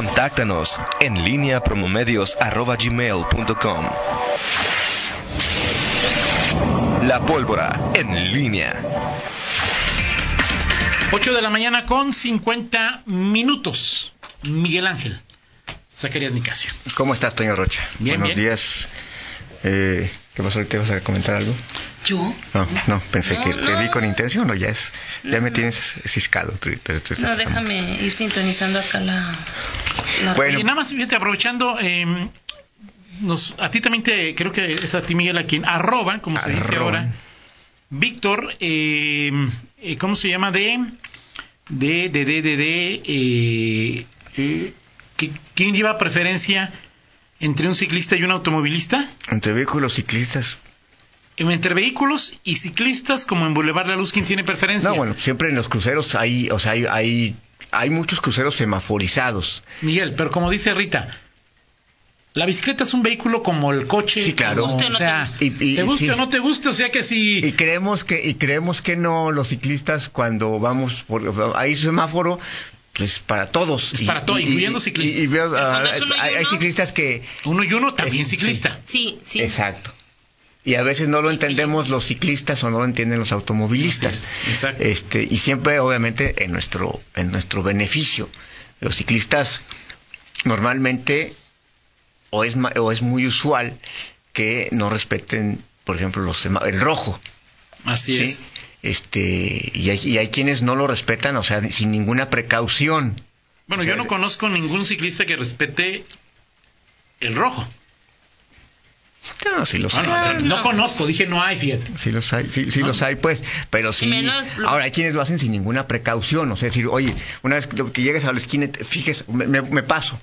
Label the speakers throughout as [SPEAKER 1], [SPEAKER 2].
[SPEAKER 1] Contáctanos en línea promomedios.com. La pólvora en línea.
[SPEAKER 2] 8 de la mañana con 50 minutos. Miguel Ángel. Zacarías Nicasio.
[SPEAKER 3] ¿Cómo estás, Toño Rocha?
[SPEAKER 2] Bien,
[SPEAKER 3] Buenos
[SPEAKER 2] bien.
[SPEAKER 3] días. Eh, ¿Qué pasó? ¿Te vas a comentar algo?
[SPEAKER 2] ¿Yo?
[SPEAKER 3] No, no, pensé
[SPEAKER 4] No,
[SPEAKER 3] que te
[SPEAKER 4] no.
[SPEAKER 3] vi con intención o ya es. Ya me tienes ciscado. tú- tú- tú-
[SPEAKER 4] No,
[SPEAKER 3] tú-
[SPEAKER 4] déjame ir sintonizando acá la... la
[SPEAKER 3] Bueno.
[SPEAKER 2] Y nada más, fíjate, aprovechando, eh, nos, a ti también te, creo que es a ti Miguel a quien arroba, como se dice
[SPEAKER 3] Arroba.
[SPEAKER 2] ahora, Víctor, eh, eh, ¿cómo se llama? De, de, de, de, de, de, eh, eh, ¿qui- ¿quién lleva preferencia entre un ciclista y un automovilista?
[SPEAKER 3] Entre vehículos ciclistas.
[SPEAKER 2] Entre vehículos y ciclistas, como en Boulevard La Luz, ¿quién tiene preferencia?
[SPEAKER 3] No, bueno, siempre en los cruceros hay, o sea, hay, hay, hay muchos cruceros semaforizados.
[SPEAKER 2] Miguel, pero como dice Rita, la bicicleta es un vehículo como el coche.
[SPEAKER 3] Sí, claro.
[SPEAKER 2] como,
[SPEAKER 4] Te guste o no
[SPEAKER 2] o sea,
[SPEAKER 4] te
[SPEAKER 3] guste. Y- y-
[SPEAKER 2] te guste
[SPEAKER 3] sí.
[SPEAKER 2] o no te guste, o sea que si...
[SPEAKER 3] Y creemos que y creemos que no los ciclistas cuando vamos por hay semáforo pues para todos
[SPEAKER 2] Es
[SPEAKER 3] Y-
[SPEAKER 2] para todo,
[SPEAKER 3] y-
[SPEAKER 2] incluyendo
[SPEAKER 3] y-
[SPEAKER 2] ciclistas.
[SPEAKER 3] y, y veo,
[SPEAKER 4] Pero cuando
[SPEAKER 3] ah,
[SPEAKER 4] es uno y
[SPEAKER 3] hay, hay
[SPEAKER 4] uno.
[SPEAKER 3] ciclistas que
[SPEAKER 2] Uno y uno también
[SPEAKER 3] Sí.
[SPEAKER 2] ciclista.
[SPEAKER 4] Sí, sí.
[SPEAKER 3] Exacto. Y a veces no lo entendemos los ciclistas o no lo entienden los automovilistas.
[SPEAKER 2] Así es, exacto.
[SPEAKER 3] Este, y siempre, obviamente, en nuestro, en nuestro beneficio. Los ciclistas normalmente o es, ma- o es muy usual que no respeten, por ejemplo, los sema- el rojo.
[SPEAKER 2] Así
[SPEAKER 3] ¿sí?
[SPEAKER 2] es.
[SPEAKER 3] Este, y, hay, y hay quienes no lo respetan, o sea, sin ninguna precaución.
[SPEAKER 2] Bueno,
[SPEAKER 3] O sea,
[SPEAKER 2] yo no conozco ningún ciclista que respete el rojo.
[SPEAKER 3] Ah, No, sí los hay.
[SPEAKER 2] Bueno, Ah, no conozco, dije no hay, fíjate.
[SPEAKER 3] Sí los hay, sí, sí
[SPEAKER 2] ¿No?
[SPEAKER 3] los hay, pues, pero sí.
[SPEAKER 4] menos lo-
[SPEAKER 3] Ahora hay quienes lo hacen sin ninguna precaución, o sea, decir, oye, una vez que que llegues a la esquina, te fijes, me, me- me paso.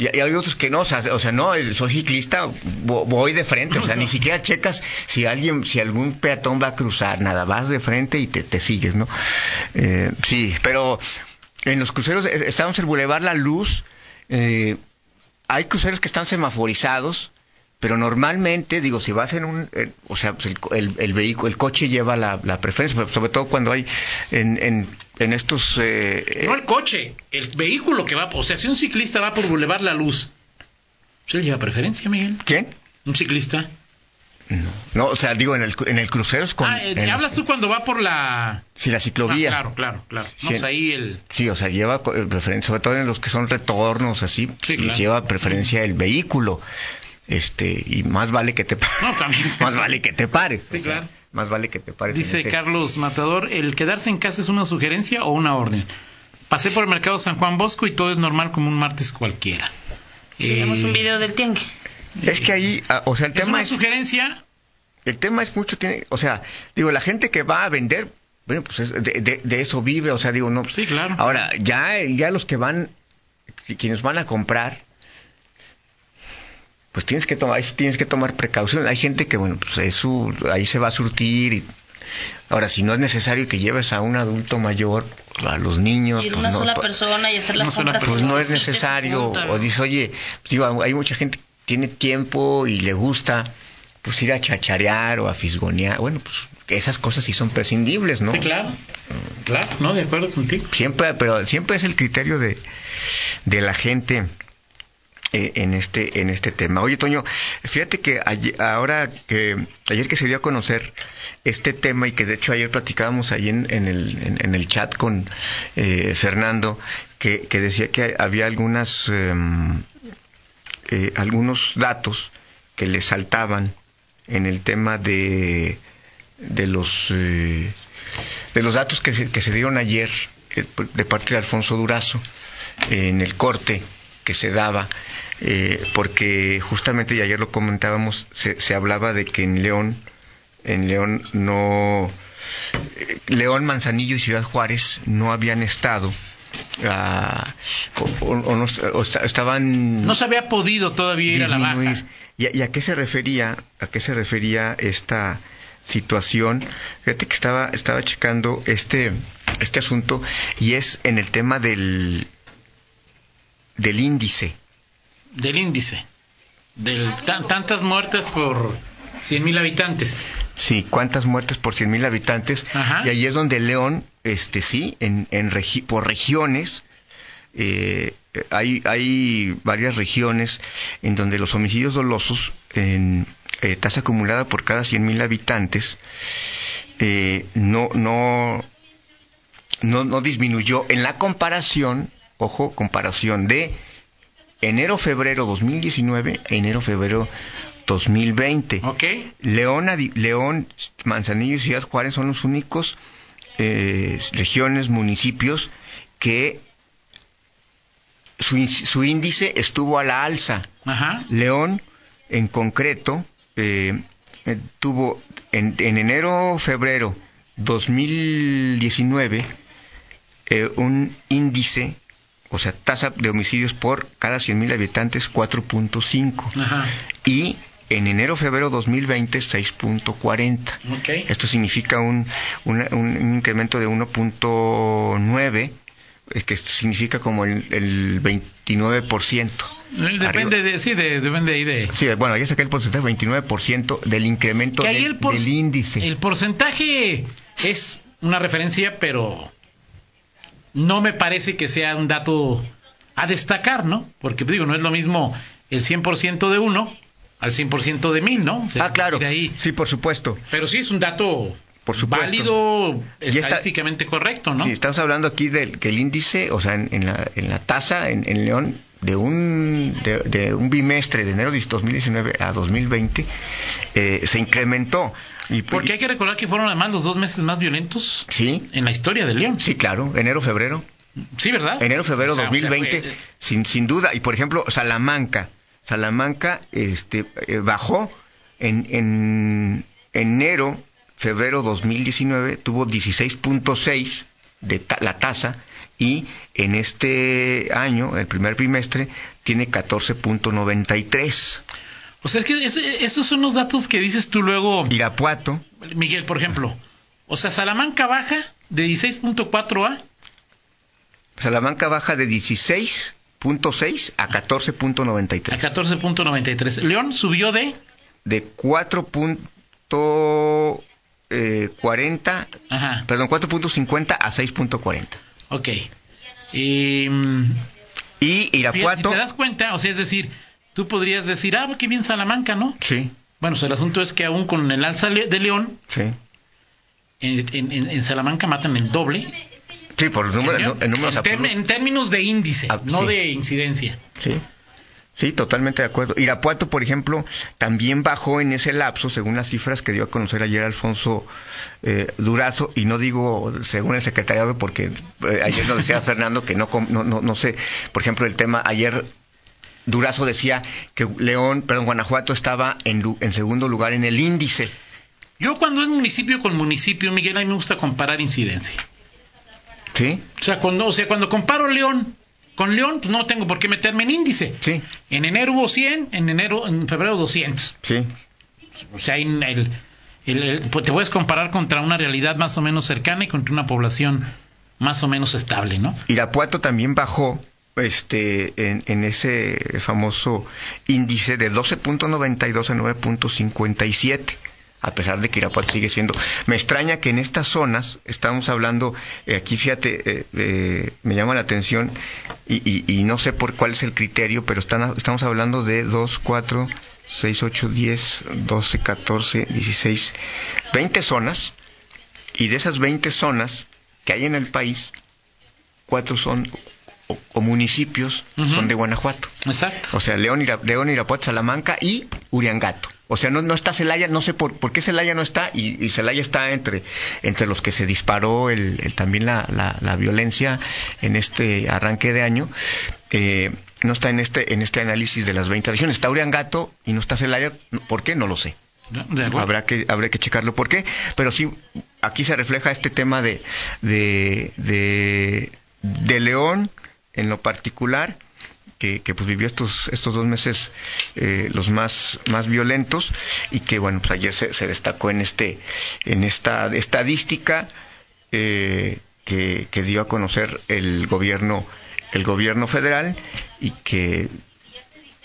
[SPEAKER 3] Y, y hay otros que no, o sea, o sea, no, el- soy ciclista, vo- voy de frente, o sea,
[SPEAKER 2] No.
[SPEAKER 3] ni siquiera checas si alguien, si algún peatón va a cruzar, nada, vas de frente y te, te sigues, ¿no? Eh, sí, pero en los cruceros, eh, estamos en el Boulevard La Luz, eh, hay cruceros que están semaforizados, pero normalmente, digo, si vas en un, eh, o sea, pues el, co- el, el vehículo, el coche lleva la, la preferencia, pero sobre todo cuando hay en, en, en estos, eh, eh,
[SPEAKER 2] No el coche, el vehículo que va, o sea, si un ciclista va por Boulevard La Luz, ¿se le lleva preferencia, Miguel?
[SPEAKER 3] ¿quién?
[SPEAKER 2] Un ciclista.
[SPEAKER 3] No, o sea, digo, en el, en el crucero es con,
[SPEAKER 2] ah, eh,
[SPEAKER 3] en el-
[SPEAKER 2] hablas tú cuando va por la...
[SPEAKER 3] si la ciclovía.
[SPEAKER 2] Ah, claro, claro, claro. No,
[SPEAKER 3] Sí.
[SPEAKER 2] pues ahí el...
[SPEAKER 3] Sí, o sea, lleva co- eh, preferencia, sobre todo en los que son retornos, así,
[SPEAKER 2] Sí, claro.
[SPEAKER 3] lleva preferencia el vehículo. Este, y más vale que te pares.
[SPEAKER 2] No, también.
[SPEAKER 3] más vale que te pares.
[SPEAKER 2] Sí,
[SPEAKER 3] o sea,
[SPEAKER 2] claro.
[SPEAKER 3] Más vale que te pares. en este
[SPEAKER 2] Dice
[SPEAKER 3] ese-
[SPEAKER 2] Carlos Matador, ¿el quedarse en casa es una sugerencia o una orden? Pasé por el mercado San Juan Bosco y todo es normal como un martes cualquiera.
[SPEAKER 4] Tenemos
[SPEAKER 2] Eh,
[SPEAKER 4] un video del tiangue.
[SPEAKER 3] Es que ahí, ah, o sea, el
[SPEAKER 2] es
[SPEAKER 3] tema
[SPEAKER 2] una
[SPEAKER 3] es.
[SPEAKER 2] sugerencia,
[SPEAKER 3] El tema es mucho, tiene, o sea, digo, la gente que va a vender, bueno, pues es- de, de- de eso vive, o sea, digo, no. pues-
[SPEAKER 2] Sí, claro.
[SPEAKER 3] Ahora, ya, ya los que van, qui- quienes van a comprar, pues tienes que tomar, ahí sí tienes que tomar precaución. Hay gente que, bueno, pues es su- ahí se va a surtir y. Ahora, si no es necesario que lleves a un adulto mayor, a los niños,
[SPEAKER 4] Ir
[SPEAKER 3] pues
[SPEAKER 4] una
[SPEAKER 3] no,
[SPEAKER 4] sola
[SPEAKER 3] pa-
[SPEAKER 4] persona y hacer
[SPEAKER 2] Una
[SPEAKER 4] las
[SPEAKER 2] sola
[SPEAKER 4] compras.
[SPEAKER 3] pues
[SPEAKER 2] persona.
[SPEAKER 3] no es
[SPEAKER 4] Sí, ese
[SPEAKER 3] necesario.
[SPEAKER 4] punto, ¿no?
[SPEAKER 3] O dice, oye, pues, digo, hay mucha gente que tiene tiempo y le gusta pues ir a chacharear o a fisgonear. Bueno, pues esas cosas sí son prescindibles, ¿no?
[SPEAKER 2] sí, claro, claro, ¿no? De acuerdo contigo.
[SPEAKER 3] Siempre, pero siempre es el criterio de, de la gente eh, en este en este tema. Oye, Toño, fíjate que aye- ahora que ayer que se dio a conocer este tema y que de hecho ayer platicábamos ahí en, en el, en, en el chat con eh, Fernando que, que decía que había algunas em, eh, algunos datos que le saltaban en el tema de de los eh, de los datos que se, que se dieron ayer eh, por- de parte de Alfonso Durazo eh, en el corte que se daba, eh, porque justamente, y ayer lo comentábamos, se, se hablaba de que en León, en León no, eh, León, Manzanillo y Ciudad Juárez no habían estado, ah, o, o- o no, o esta- estaban
[SPEAKER 2] No se había podido todavía ir a la
[SPEAKER 3] disminuir.
[SPEAKER 2] baja.
[SPEAKER 3] ¿Y a, y a qué se refería? ¿A qué se refería esta situación? Fíjate que estaba estaba checando este este asunto y es en el tema del del índice.
[SPEAKER 2] Del índice. Del, tan- tantas muertes por 100.000 mil habitantes.
[SPEAKER 3] Sí, cuántas muertes por 100.000 mil habitantes.
[SPEAKER 2] Ajá.
[SPEAKER 3] Y ahí es donde León, este sí, en, en regi- por regiones, eh, hay, hay varias regiones en donde los homicidios dolosos en eh, tasa acumulada por cada 100.000 habitantes eh, no, no, no, no disminuyó en la comparación, ojo, comparación de enero-febrero 2019 a enero-febrero 2020.
[SPEAKER 2] Ok.
[SPEAKER 3] León, Adi- León, Manzanillo y Ciudad Juárez son los únicos eh, regiones, municipios que su, in- su índice estuvo a la alza.
[SPEAKER 2] Ajá.
[SPEAKER 3] León, en concreto, eh, eh, tuvo en, en enero, febrero 2019 eh, un índice, o sea, tasa de homicidios por cada 100.000 habitantes 4.5
[SPEAKER 2] Ajá.
[SPEAKER 3] y en enero, febrero 2020 6.40.
[SPEAKER 2] Ok.
[SPEAKER 3] Esto significa un, una- un incremento de 1.9, eh, que significa como el, el 29%.
[SPEAKER 2] Depende de, sí, de- depende ahí de...
[SPEAKER 3] Sí, bueno, ya saqué el porcentaje, 29% del incremento
[SPEAKER 2] Que ahí
[SPEAKER 3] del,
[SPEAKER 2] el, por-
[SPEAKER 3] del índice.
[SPEAKER 2] el porcentaje es una referencia, pero no me parece que sea un dato a destacar, ¿no? Porque pues, digo, no es lo mismo el 100% de uno al 100% de mil, ¿no? O sea,
[SPEAKER 3] ah, claro.
[SPEAKER 2] ir ahí.
[SPEAKER 3] Sí, por supuesto.
[SPEAKER 2] Pero sí es un dato
[SPEAKER 3] Por supuesto.
[SPEAKER 2] válido,
[SPEAKER 3] Y esta-
[SPEAKER 2] estadísticamente correcto, ¿no?
[SPEAKER 3] Sí, estamos hablando aquí del que el índice, o sea, en, en la, en la tasa en, en León de un, de, de un bimestre de enero de 2019 a 2020 eh, se incrementó. Y,
[SPEAKER 2] Porque hay que recordar que fueron además los dos meses más violentos
[SPEAKER 3] Sí,
[SPEAKER 2] en la historia de León.
[SPEAKER 3] sí, claro, enero, febrero.
[SPEAKER 2] Sí, ¿verdad?
[SPEAKER 3] Enero, febrero
[SPEAKER 2] O sea,
[SPEAKER 3] 2020,
[SPEAKER 2] fue-
[SPEAKER 3] sin, sin duda. Y por ejemplo, Salamanca. Salamanca este, eh, bajó en, en enero, febrero 2019, tuvo 16.6 de ta- la tasa y en este año, el primer trimestre, tiene 14.93.
[SPEAKER 2] O sea, es que ese- esos son los datos que dices tú luego.
[SPEAKER 3] Irapuato,
[SPEAKER 2] Miguel, por ejemplo. O sea, Salamanca baja de 16.4 a...
[SPEAKER 3] Salamanca baja de 16.6 a
[SPEAKER 2] a
[SPEAKER 3] 14.93.
[SPEAKER 2] 14.93. León subió de...
[SPEAKER 3] De 4.40 eh,
[SPEAKER 2] Ajá,
[SPEAKER 3] Perdón, 4.50 a 6.40.
[SPEAKER 2] ok. Em,
[SPEAKER 3] Y
[SPEAKER 2] fíjate, si
[SPEAKER 3] Irapuato.
[SPEAKER 2] te das cuenta, o sea, es decir, tú podrías decir, ah, qué bien Salamanca, ¿no?
[SPEAKER 3] Sí,
[SPEAKER 2] Bueno, o sea, el asunto es que aún con el alza le- de León,
[SPEAKER 3] sí.
[SPEAKER 2] en, en- en- en Salamanca matan el doble.
[SPEAKER 3] Sí, por el número,
[SPEAKER 2] León,
[SPEAKER 3] en números
[SPEAKER 2] en, term-
[SPEAKER 3] absolutos.
[SPEAKER 2] en términos de índice,
[SPEAKER 3] Ah,
[SPEAKER 2] no
[SPEAKER 3] sí.
[SPEAKER 2] de incidencia.
[SPEAKER 3] Sí. Sí, totalmente de acuerdo. Irapuato, por ejemplo, también bajó en ese lapso, según las cifras que dio a conocer ayer Alfonso eh, Durazo, y no digo según el secretariado, porque eh, ayer nos decía Fernando que no, com- no, no, no sé, por ejemplo, el tema, ayer Durazo decía que León, perdón, Guanajuato estaba en, lu- en segundo lugar en el índice.
[SPEAKER 2] Yo cuando es municipio con municipio, Miguel, a mí me gusta comparar incidencia.
[SPEAKER 3] ¿Sí?
[SPEAKER 2] O sea, cuando, o sea, cuando comparo León con León, pues no tengo por qué meterme en índice.
[SPEAKER 3] Sí,
[SPEAKER 2] En enero hubo 100, en enero, en febrero 200.
[SPEAKER 3] sí,
[SPEAKER 2] O sea, en el, el- el- pues te puedes comparar contra una realidad más o menos cercana y contra una población más o menos estable, ¿no?
[SPEAKER 3] Irapuato también bajó este en, en ese famoso índice de 12.92 a 9.57 a pesar de que Irapuato sigue siendo me extraña que en estas zonas estamos hablando eh, aquí fíjate eh, eh, me llama la atención y, y- y no sé por cuál es el criterio pero están estamos hablando de 2 4 6 8 10 12 14 16 20 zonas y de esas 20 zonas que hay en el país cuatro son o, o municipios
[SPEAKER 2] Ujú.
[SPEAKER 3] son de Guanajuato.
[SPEAKER 2] Exacto.
[SPEAKER 3] O sea, León, Ira- León, Irapuato, Salamanca y Uriangato. O sea, no, no está Celaya, no sé por, por qué Celaya no está y, y Celaya está entre, entre los que se disparó el, el- también la, la- la violencia en este arranque de año. Eh, no está en este, en este análisis de las 20 regiones. Está Uriangato y no está Celaya. ¿Por qué? No lo sé.
[SPEAKER 2] De acuerdo.
[SPEAKER 3] Habrá que, habrá que checarlo por qué, pero sí, aquí se refleja este tema de, de, de, de León en lo particular, que, que pues vivió estos, estos dos meses eh, los más, más violentos y que bueno, pues ayer se, se destacó en, este, en esta estadística eh, que, que dio a conocer el gobierno, el gobierno federal y que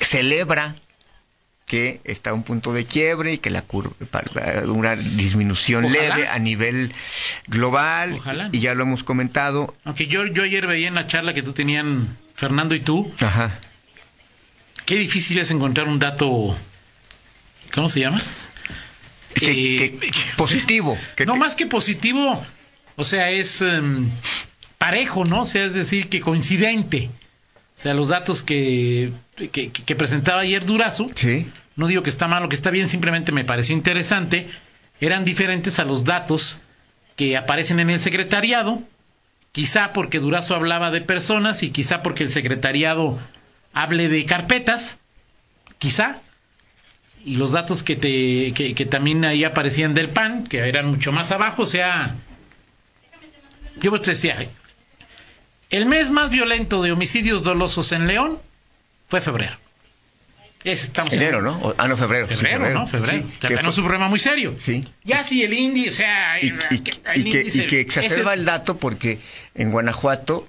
[SPEAKER 3] celebra que está a un punto de quiebre y que la curva, una disminución
[SPEAKER 2] Ojalá.
[SPEAKER 3] leve a nivel global.
[SPEAKER 2] Ojalá.
[SPEAKER 3] Y ya lo hemos comentado.
[SPEAKER 2] Aunque yo, yo ayer veía en la charla que tú tenían, Fernando y tú,
[SPEAKER 3] Ajá.
[SPEAKER 2] qué difícil es encontrar un dato, ¿cómo se llama?
[SPEAKER 3] Que-
[SPEAKER 2] Eh,
[SPEAKER 3] que- positivo. que
[SPEAKER 2] no
[SPEAKER 3] te-
[SPEAKER 2] más que positivo, o sea, es em, parejo, ¿no? O sea, es decir, que coincidente. O sea, los datos que, que, que presentaba ayer Durazo,
[SPEAKER 3] Sí.
[SPEAKER 2] no digo que está mal o que está bien, simplemente me pareció interesante, eran diferentes a los datos que aparecen en el secretariado, quizá porque Durazo hablaba de personas y quizá porque el secretariado hable de carpetas, quizá, y los datos que, te, que, que también ahí aparecían del PAN, que eran mucho más abajo, o sea, yo te decía, el mes más violento de homicidios dolosos en León fue febrero. Ese estamos en-
[SPEAKER 3] Enero, ¿no? O- ah, no, febrero. sí,
[SPEAKER 2] Febrero, ¿no? Febrero.
[SPEAKER 3] Sí,
[SPEAKER 2] o sea,
[SPEAKER 3] que
[SPEAKER 2] tenemos
[SPEAKER 3] fue-
[SPEAKER 2] un problema muy serio.
[SPEAKER 3] Sí.
[SPEAKER 2] Ya si el indie, o sea,
[SPEAKER 3] y,
[SPEAKER 2] el- el
[SPEAKER 3] y- y que,
[SPEAKER 2] indie se-
[SPEAKER 3] y que exacerba
[SPEAKER 2] ese-
[SPEAKER 3] el dato porque en Guanajuato,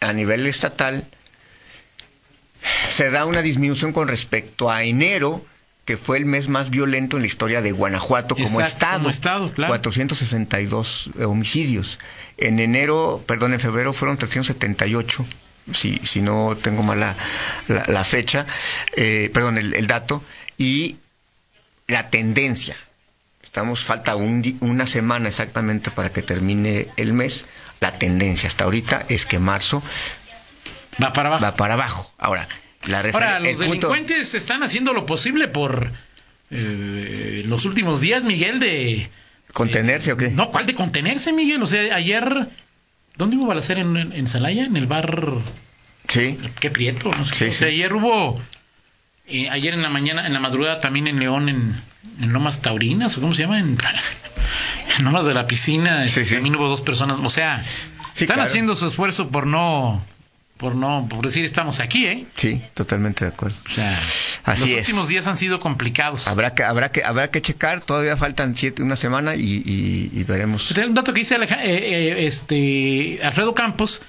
[SPEAKER 3] a nivel estatal, se da una disminución con respecto a enero, que fue el mes más violento en la historia de Guanajuato como
[SPEAKER 2] Exacto,
[SPEAKER 3] estado.
[SPEAKER 2] como estado, claro.
[SPEAKER 3] 462 homicidios. En enero, perdón, en febrero fueron 378. Si, si no tengo mala la, la fecha, eh, perdón, el- el dato, y la tendencia, Estamos, falta un di- una semana exactamente para que termine el mes. La tendencia hasta ahorita es que marzo
[SPEAKER 2] va para abajo.
[SPEAKER 3] va para abajo. Ahora, la refer-
[SPEAKER 2] Ahora,
[SPEAKER 3] el
[SPEAKER 2] los
[SPEAKER 3] punto-
[SPEAKER 2] delincuentes están haciendo lo posible por eh, los últimos días, Miguel, de...
[SPEAKER 3] ¿Contenerse o qué?
[SPEAKER 2] No, ¿cuál de contenerse, Miguel? O sea, ayer... ¿Dónde hubo balacera? ¿En, en, en Celaya? ¿En el bar...?
[SPEAKER 3] Sí,
[SPEAKER 2] ¿Qué prieto? No sé
[SPEAKER 3] Sí,
[SPEAKER 2] qué. O sea,
[SPEAKER 3] sí.
[SPEAKER 2] ayer hubo... eh, ayer en la mañana, en la madrugada también en León, en, en Lomas Taurinas, ¿o cómo se llama? En, en Lomas de la Piscina, este,
[SPEAKER 3] Sí, sí.
[SPEAKER 2] también hubo dos personas. O sea,
[SPEAKER 3] Sí,
[SPEAKER 2] están
[SPEAKER 3] claro.
[SPEAKER 2] haciendo su esfuerzo por no... Por no... Por decir estamos aquí, ¿eh?
[SPEAKER 3] sí, totalmente de acuerdo.
[SPEAKER 2] O sea,
[SPEAKER 3] Así
[SPEAKER 2] los
[SPEAKER 3] es.
[SPEAKER 2] últimos días han sido complicados.
[SPEAKER 3] Habrá que, habrá que, habrá que checar. Todavía faltan siete, una semana y, y- y veremos.
[SPEAKER 2] Usted, Un dato que dice Aleja- eh, eh, este, Alfredo Campos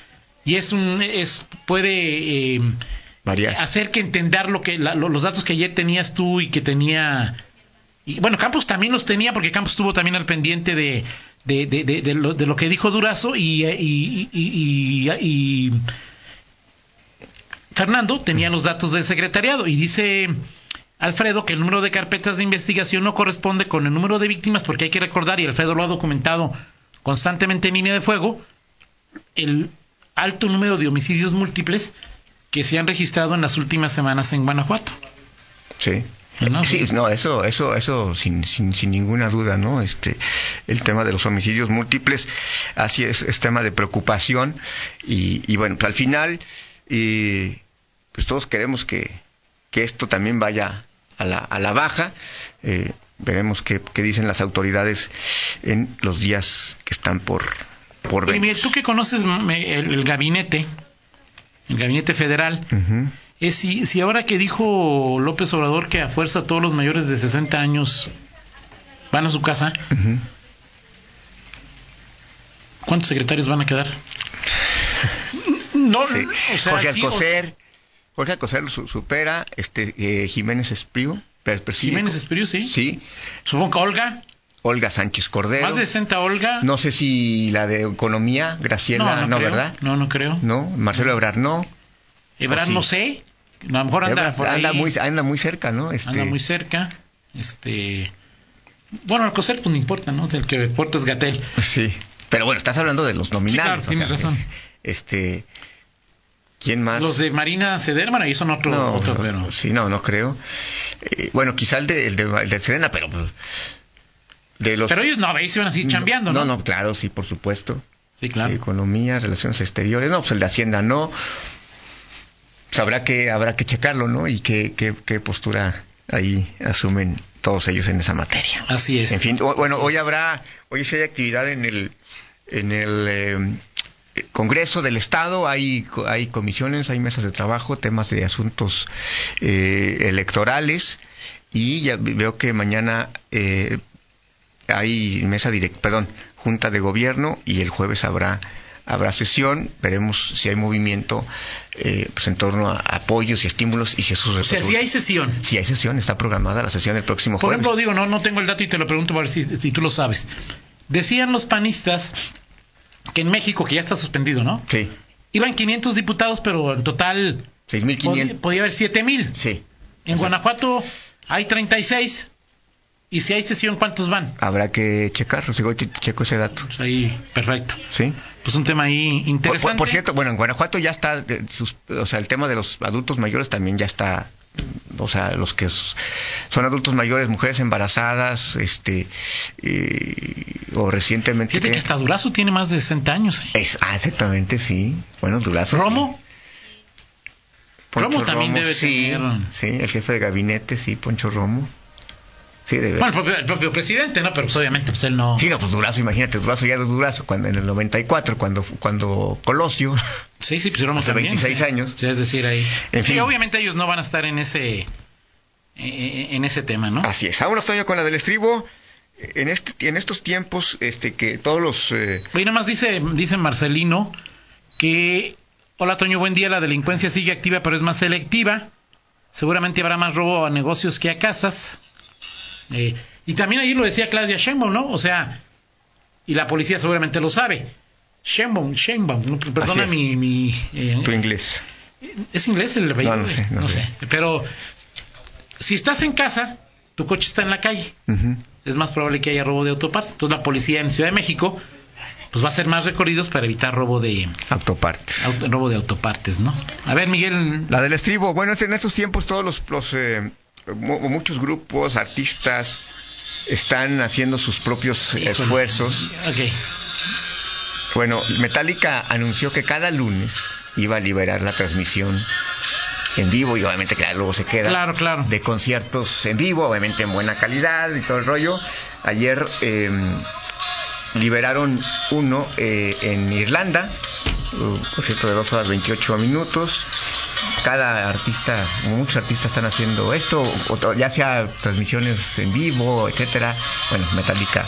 [SPEAKER 2] y es un es puede eh,
[SPEAKER 3] Variar.
[SPEAKER 2] hacer que entender lo que la- lo- los datos que ayer tenías tú y que tenía y bueno Campos también los tenía porque Campos estuvo también al pendiente de de, de- de- de lo, de lo que dijo Durazo y, eh, y- y- y- y- y Fernando tenía los datos del secretariado y dice Alfredo que el número de carpetas de investigación no corresponde con el número de víctimas porque hay que recordar, y Alfredo lo ha documentado constantemente en línea de fuego, el alto número de homicidios múltiples que se han registrado en las últimas semanas en Guanajuato.
[SPEAKER 3] Sí.
[SPEAKER 2] ¿no?
[SPEAKER 3] Sí, no, eso, eso, eso, sin, sin, sin ninguna duda, ¿no? Este, el tema de los homicidios múltiples, así es, es tema de preocupación y, y bueno, pues al final, y, pues todos queremos que, que esto también vaya a la, a la baja. Eh, veremos qué, qué dicen las autoridades en los días que están por, por
[SPEAKER 2] Oye,
[SPEAKER 3] venir.
[SPEAKER 2] Miguel, tú que conoces mm, el, el gabinete, el gabinete federal,
[SPEAKER 3] Ujú.
[SPEAKER 2] es si, si ahora que dijo López Obrador que a fuerza todos los mayores de 60 años van a su casa,
[SPEAKER 3] Ujú.
[SPEAKER 2] ¿Cuántos secretarios van a quedar? No,
[SPEAKER 3] Sí.
[SPEAKER 2] Ah, o sea,
[SPEAKER 3] Eh, Jorge
[SPEAKER 2] sí, o-
[SPEAKER 3] Alcocer, Jorge Alcocer su- supera este eh, Jiménez Espriu, per- persigue-
[SPEAKER 2] Jiménez Espiriu, sí.
[SPEAKER 3] Sí,
[SPEAKER 2] Supongo que Olga,
[SPEAKER 3] Olga Sánchez Cordero.
[SPEAKER 2] más de 60 Olga.
[SPEAKER 3] No sé si la de economía, Graciela, no,
[SPEAKER 2] creo.
[SPEAKER 3] ¿verdad?
[SPEAKER 2] No, no creo.
[SPEAKER 3] No, Marcelo Ebrard no.
[SPEAKER 2] Ebrard,
[SPEAKER 3] Oh, sí.
[SPEAKER 2] no sé. A lo mejor anda
[SPEAKER 3] Ebrard
[SPEAKER 2] por ahí,
[SPEAKER 3] anda muy, anda muy cerca, ¿no? Este,
[SPEAKER 2] anda muy cerca. Este. Bueno, Alcocer pues no importa, ¿no? El que importa es Gatel.
[SPEAKER 3] Sí. Pero bueno, estás hablando de los nominales.
[SPEAKER 2] Sí, claro, tienes
[SPEAKER 3] o sea,
[SPEAKER 2] razón.
[SPEAKER 3] es- Este, ¿quién más?
[SPEAKER 2] Los de Marina Sederman, ahí son otro,
[SPEAKER 3] no,
[SPEAKER 2] otro
[SPEAKER 3] no,
[SPEAKER 2] pero-
[SPEAKER 3] sí, no, no creo. Eh, bueno, quizá el de, el de, el de Serena, pero pues, de los
[SPEAKER 2] Pero ellos no, ahí se van a seguir chambeando, ¿no?
[SPEAKER 3] No, no, claro, sí, por supuesto.
[SPEAKER 2] Sí, claro.
[SPEAKER 3] Economía, relaciones exteriores, no, pues el de Hacienda no. Pues habrá que, habrá que checarlo, ¿no? Y qué, qué, qué postura ahí asumen todos ellos en esa materia.
[SPEAKER 2] Así es.
[SPEAKER 3] En fin, o- bueno, hoy habrá, hoy sí hay actividad en el, en el eh, Congreso del Estado, hay, co- hay comisiones, hay mesas de trabajo, temas de asuntos eh, electorales y ya ve- veo que mañana eh, hay mesa directa, perdón, junta de gobierno y el jueves habrá habrá sesión, veremos si hay movimiento eh, pues en torno a apoyos y estímulos y si eso
[SPEAKER 2] O sea, si hay sesión.
[SPEAKER 3] Si hay sesión, está programada la sesión el próximo
[SPEAKER 2] Por
[SPEAKER 3] jueves.
[SPEAKER 2] ejemplo, digo, no, no tengo el dato y te lo pregunto a ver si, si tú lo sabes. Decían los panistas que en México, que ya está suspendido, ¿no?
[SPEAKER 3] sí,
[SPEAKER 2] Iban 500 diputados, pero en total podía,
[SPEAKER 3] 6.500.
[SPEAKER 2] podía haber 7000.
[SPEAKER 3] Sí,
[SPEAKER 2] En Guanajuato hay 36. Y si hay sesión, ¿cuántos van?
[SPEAKER 3] habrá que checarlo, sigo che- checo ese dato.
[SPEAKER 2] Pues ahí, perfecto.
[SPEAKER 3] Sí.
[SPEAKER 2] Pues un tema ahí
[SPEAKER 3] Por,
[SPEAKER 2] interesante.
[SPEAKER 3] por- por cierto, bueno, en Guanajuato ya está, eh, sus- o sea, el tema de los adultos mayores también ya está, o sea, los que s- son adultos mayores, mujeres embarazadas, este, eh, o recientemente.
[SPEAKER 2] Fíjate que
[SPEAKER 3] que-
[SPEAKER 2] hasta Durazo tiene más de 60 años. ¿eh?
[SPEAKER 3] Es- ah, exactamente, sí. Bueno, Durazo.
[SPEAKER 2] Romo,
[SPEAKER 3] sí. Poncho
[SPEAKER 2] Romo también debe
[SPEAKER 3] sí,
[SPEAKER 2] tener-
[SPEAKER 3] Sí, el jefe de gabinete, sí, Poncho Romo. Sí, debe.
[SPEAKER 2] bueno, el propio, el propio presidente, ¿no? Pero pues obviamente pues él no...
[SPEAKER 3] Sí, no, pues Durazo, imagínate, Durazo ya de Durazo, cuando en el 94, cuando, cuando Colosio,
[SPEAKER 2] Sí, sí, pues Romo
[SPEAKER 3] Hace
[SPEAKER 2] también.
[SPEAKER 3] 26
[SPEAKER 2] sí.
[SPEAKER 3] años.
[SPEAKER 2] Sí, es decir, ahí.
[SPEAKER 3] En
[SPEAKER 2] sí,
[SPEAKER 3] fin.
[SPEAKER 2] obviamente ellos no van a estar en ese eh, en ese tema, ¿no?
[SPEAKER 3] Así es. Vámonos, Toño, con la del estribo. En, este, en estos tiempos, este, que todos los... eh,
[SPEAKER 2] Y nada más dice, dice Marcelino que, hola Toño, buen día, la delincuencia sigue activa pero es más selectiva, seguramente habrá más robo a negocios que a casas. Eh, y también ahí lo decía Claudia Sheinbaum, ¿no? O sea, y la policía seguramente lo sabe. Sheinbaum, Sheinbaum, no, perdona
[SPEAKER 3] es.
[SPEAKER 2] mi... mi, eh,
[SPEAKER 3] tu inglés.
[SPEAKER 2] ¿Es inglés el apellido?
[SPEAKER 3] No, no sé, no sé.
[SPEAKER 2] Pero si estás en casa, tu coche está en la calle
[SPEAKER 3] Ujú.
[SPEAKER 2] es más probable que haya robo de autopartes. Entonces la policía en Ciudad de México pues va a hacer más recorridos para evitar robo de
[SPEAKER 3] Autopartes.
[SPEAKER 2] au- robo de autopartes, ¿no? A ver, Miguel,
[SPEAKER 3] La del estribo. Bueno, es en estos tiempos todos los... los, eh, mu- muchos grupos, artistas, están haciendo sus propios
[SPEAKER 2] Híjole.
[SPEAKER 3] esfuerzos.
[SPEAKER 2] Ok.
[SPEAKER 3] Bueno, Metallica anunció que cada lunes iba a liberar la transmisión en vivo y obviamente que luego se queda
[SPEAKER 2] Claro, claro.
[SPEAKER 3] de conciertos en vivo, obviamente en buena calidad y todo el rollo. Ayer eh, liberaron uno eh, en Irlanda, un concierto de 2 horas 28 minutos. Cada artista, muchos artistas están haciendo esto, o- ya sea transmisiones en vivo, etcétera. Bueno, Metallica.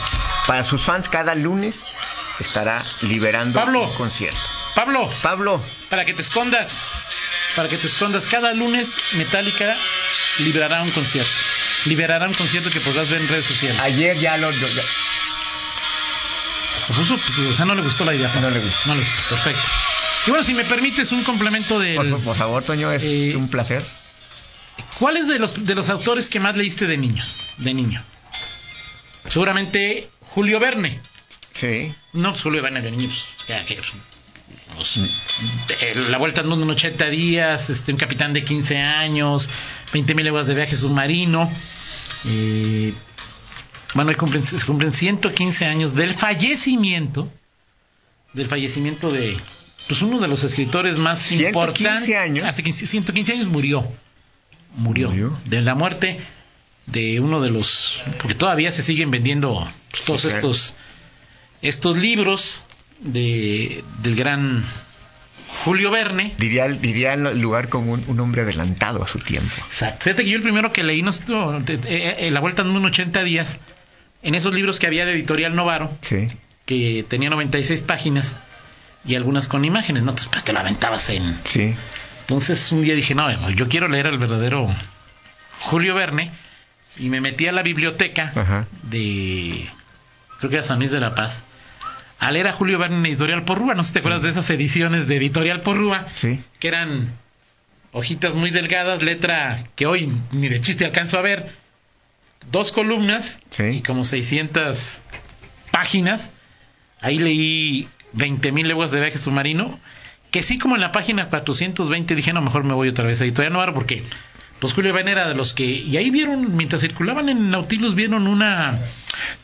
[SPEAKER 3] Para sus fans, cada lunes estará liberando
[SPEAKER 2] Pablo.
[SPEAKER 3] un concierto.
[SPEAKER 2] Pablo,
[SPEAKER 3] Pablo,
[SPEAKER 2] para que te escondas, para que te escondas, cada lunes Metallica liberará un concierto. Liberará un concierto que podrás ver en redes sociales.
[SPEAKER 3] ayer ya lo. yo- yo-
[SPEAKER 2] Se puso, pues, o sea, no le gustó la idea.
[SPEAKER 3] No le gustó.
[SPEAKER 2] No le gustó, perfecto. Y bueno, si me permites un complemento de
[SPEAKER 3] por, fa- por favor, Toño, es
[SPEAKER 2] Eh,
[SPEAKER 3] un placer.
[SPEAKER 2] ¿Cuál es de los, de los autores que más leíste de niños? De niño. Seguramente Julio Verne.
[SPEAKER 3] Sí.
[SPEAKER 2] No, pues Julio Verne de niños. Ya que, pues, pues,
[SPEAKER 3] Mm.
[SPEAKER 2] eh, la vuelta al mundo en 80 días, este, un capitán de 15 años, 20 mil leguas de viaje submarino. eh, bueno, hoy cumplen, se cumplen 115 años del fallecimiento, del fallecimiento de pues, uno de los escritores más
[SPEAKER 3] 115
[SPEAKER 2] importantes.
[SPEAKER 3] años.
[SPEAKER 2] Hace 15 115 años murió. Murió.
[SPEAKER 3] Murió.
[SPEAKER 2] De la muerte de uno de los... Porque todavía se siguen vendiendo pues, todos
[SPEAKER 3] Sí, claro.
[SPEAKER 2] estos estos libros de, del gran Julio Verne.
[SPEAKER 3] Diría, diría en el lugar como un, un hombre adelantado a su tiempo.
[SPEAKER 2] Exacto. Fíjate que yo el primero que leí, no, sé, no, te- te- eh, eh, La Vuelta en un 80 días, en esos libros que había de Editorial Novaro,
[SPEAKER 3] Sí.
[SPEAKER 2] que tenía 96 páginas y algunas con imágenes, ¿no? Entonces, pues te lo aventabas en...
[SPEAKER 3] Sí.
[SPEAKER 2] Entonces un día dije, no, yo quiero leer al verdadero Julio Verne y me metí a la biblioteca
[SPEAKER 3] Ajá.
[SPEAKER 2] de, creo que era San Luis de la Paz, a leer a Julio Verne en Editorial Porrúa. No sé si te acuerdas de esas ediciones de Editorial Porrúa,
[SPEAKER 3] Sí.
[SPEAKER 2] que eran hojitas muy delgadas, letra que hoy ni de chiste alcanzo a ver, dos columnas
[SPEAKER 3] Sí.
[SPEAKER 2] y como 600 páginas. Ahí leí 20.000 leguas de viaje submarino, que sí como en la página 420 dije, no, mejor me voy otra vez a Editorial Noir porque pues Julio Verne era de los que... Y ahí vieron, mientras circulaban en Nautilus, vieron una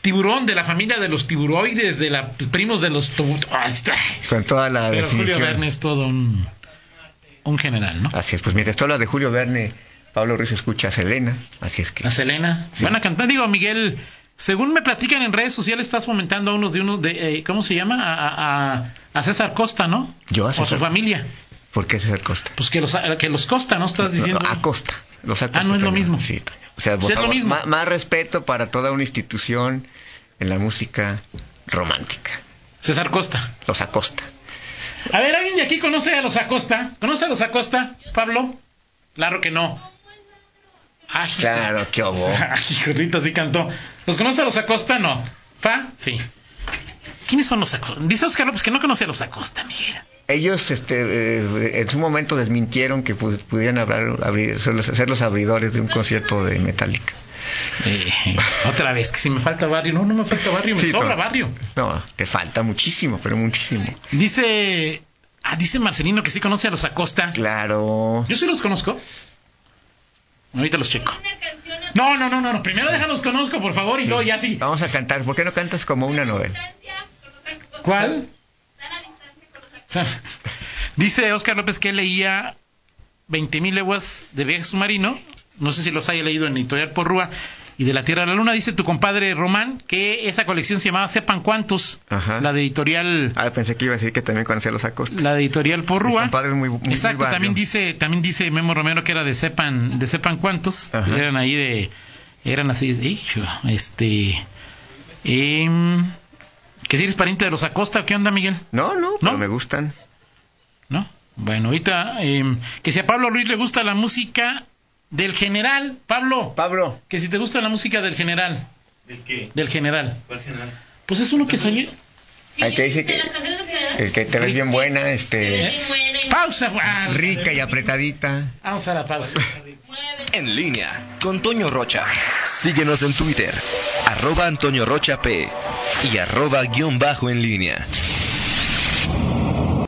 [SPEAKER 2] tiburón de la familia de los tiburoides, de la primos de los... tu- ¡Ah, está!
[SPEAKER 3] Con toda la
[SPEAKER 2] Pero Julio
[SPEAKER 3] definición.
[SPEAKER 2] Verne es todo un, un general, ¿no?
[SPEAKER 3] Así es. Pues mientras tú hablas de Julio Verne, Pablo Ruiz escucha a Selena. Así es que.
[SPEAKER 2] La Selena.
[SPEAKER 3] Sí.
[SPEAKER 2] Van a cantar, digo, Miguel, según me platican en redes sociales, estás fomentando a unos de unos de, eh, ¿cómo se llama? A- A, a- a César Costa, ¿no?
[SPEAKER 3] Yo a
[SPEAKER 2] O a su
[SPEAKER 3] César.
[SPEAKER 2] familia.
[SPEAKER 3] ¿Por qué César Costa?
[SPEAKER 2] Pues que los, que los Costa, ¿no? Estás diciendo.
[SPEAKER 3] No, Acosta. Los Acosta,
[SPEAKER 2] Ah, no es lo
[SPEAKER 3] Toño.
[SPEAKER 2] mismo.
[SPEAKER 3] Sí, Toño. O sea,
[SPEAKER 2] Sí,
[SPEAKER 3] por
[SPEAKER 2] es lo
[SPEAKER 3] favor,
[SPEAKER 2] mismo.
[SPEAKER 3] ma- más, respeto para toda una institución en la música romántica.
[SPEAKER 2] César Costa.
[SPEAKER 3] Los Acosta.
[SPEAKER 2] A ver, ¿alguien de aquí conoce a los Acosta? ¿Conoce a los Acosta, Pablo? Claro que no. Ay,
[SPEAKER 3] Claro, qué obo.
[SPEAKER 2] Ay, hijo, Rita sí cantó. ¿Los conoce a los Acosta? No. ¿Fa? Sí. ¿Quiénes son los Acosta? Dice Oscar López que no conoce a los Acosta, Miguel.
[SPEAKER 3] Ellos este, eh, en su momento desmintieron que pu- pudieran hablar- abrir, ser, los, ser los abridores de un concierto de Metallica.
[SPEAKER 2] Eh, otra vez, que si me falta barrio. No, no me falta barrio, me
[SPEAKER 3] Sí,
[SPEAKER 2] sobra
[SPEAKER 3] no.
[SPEAKER 2] barrio.
[SPEAKER 3] No, te falta muchísimo, pero muchísimo.
[SPEAKER 2] Dice. Ah, dice Marcelino que sí conoce a los Acosta.
[SPEAKER 3] Claro.
[SPEAKER 2] Yo sí los conozco. Ahorita los checo. No, no, no, no, no. Primero déjalos conozco, por favor, y luego ya sí.
[SPEAKER 3] Vamos a cantar. ¿Por qué no cantas como una novela?
[SPEAKER 2] ¿Cuál? Dice Oscar López que él leía 20.000 leguas de viaje submarino. No sé si los haya leído en Editorial Porrúa. Y de la Tierra a la Luna, dice tu compadre Román que esa colección se llamaba Sepan Cuántos.
[SPEAKER 3] Ajá.
[SPEAKER 2] La de Editorial.
[SPEAKER 3] Ah, pensé que iba a decir que también conocía los Acosta.
[SPEAKER 2] La de editorial Porrúa.
[SPEAKER 3] Mi compadre es muy- muy- muy
[SPEAKER 2] Exacto,
[SPEAKER 3] barrio.
[SPEAKER 2] también dice, también dice Memo Romero que era de sepan, de sepan cuántos.
[SPEAKER 3] Ajá.
[SPEAKER 2] Eran ahí de, eran así, hijo, este, em, que si eres pariente de los Acosta, ¿qué onda Miguel?
[SPEAKER 3] No, no,
[SPEAKER 2] ¿No?
[SPEAKER 3] pero me gustan.
[SPEAKER 2] ¿No? Bueno, ahorita, em, que si a Pablo Ruiz le gusta la música del general, Pablo,
[SPEAKER 3] Pablo.
[SPEAKER 2] que si te gusta la música del general,
[SPEAKER 5] ¿El qué?
[SPEAKER 2] del general,
[SPEAKER 5] ¿Cuál general?
[SPEAKER 2] pues es uno que salió.
[SPEAKER 3] Al que dice que, eh, el que te ves bien buena, este,
[SPEAKER 2] Pausa, Juan.
[SPEAKER 3] rica y apretadita.
[SPEAKER 2] Vamos a la pausa.
[SPEAKER 1] En línea con Toño Rocha. Síguenos en Twitter, arroba Antonio Rocha P y arroba guión bajo en línea.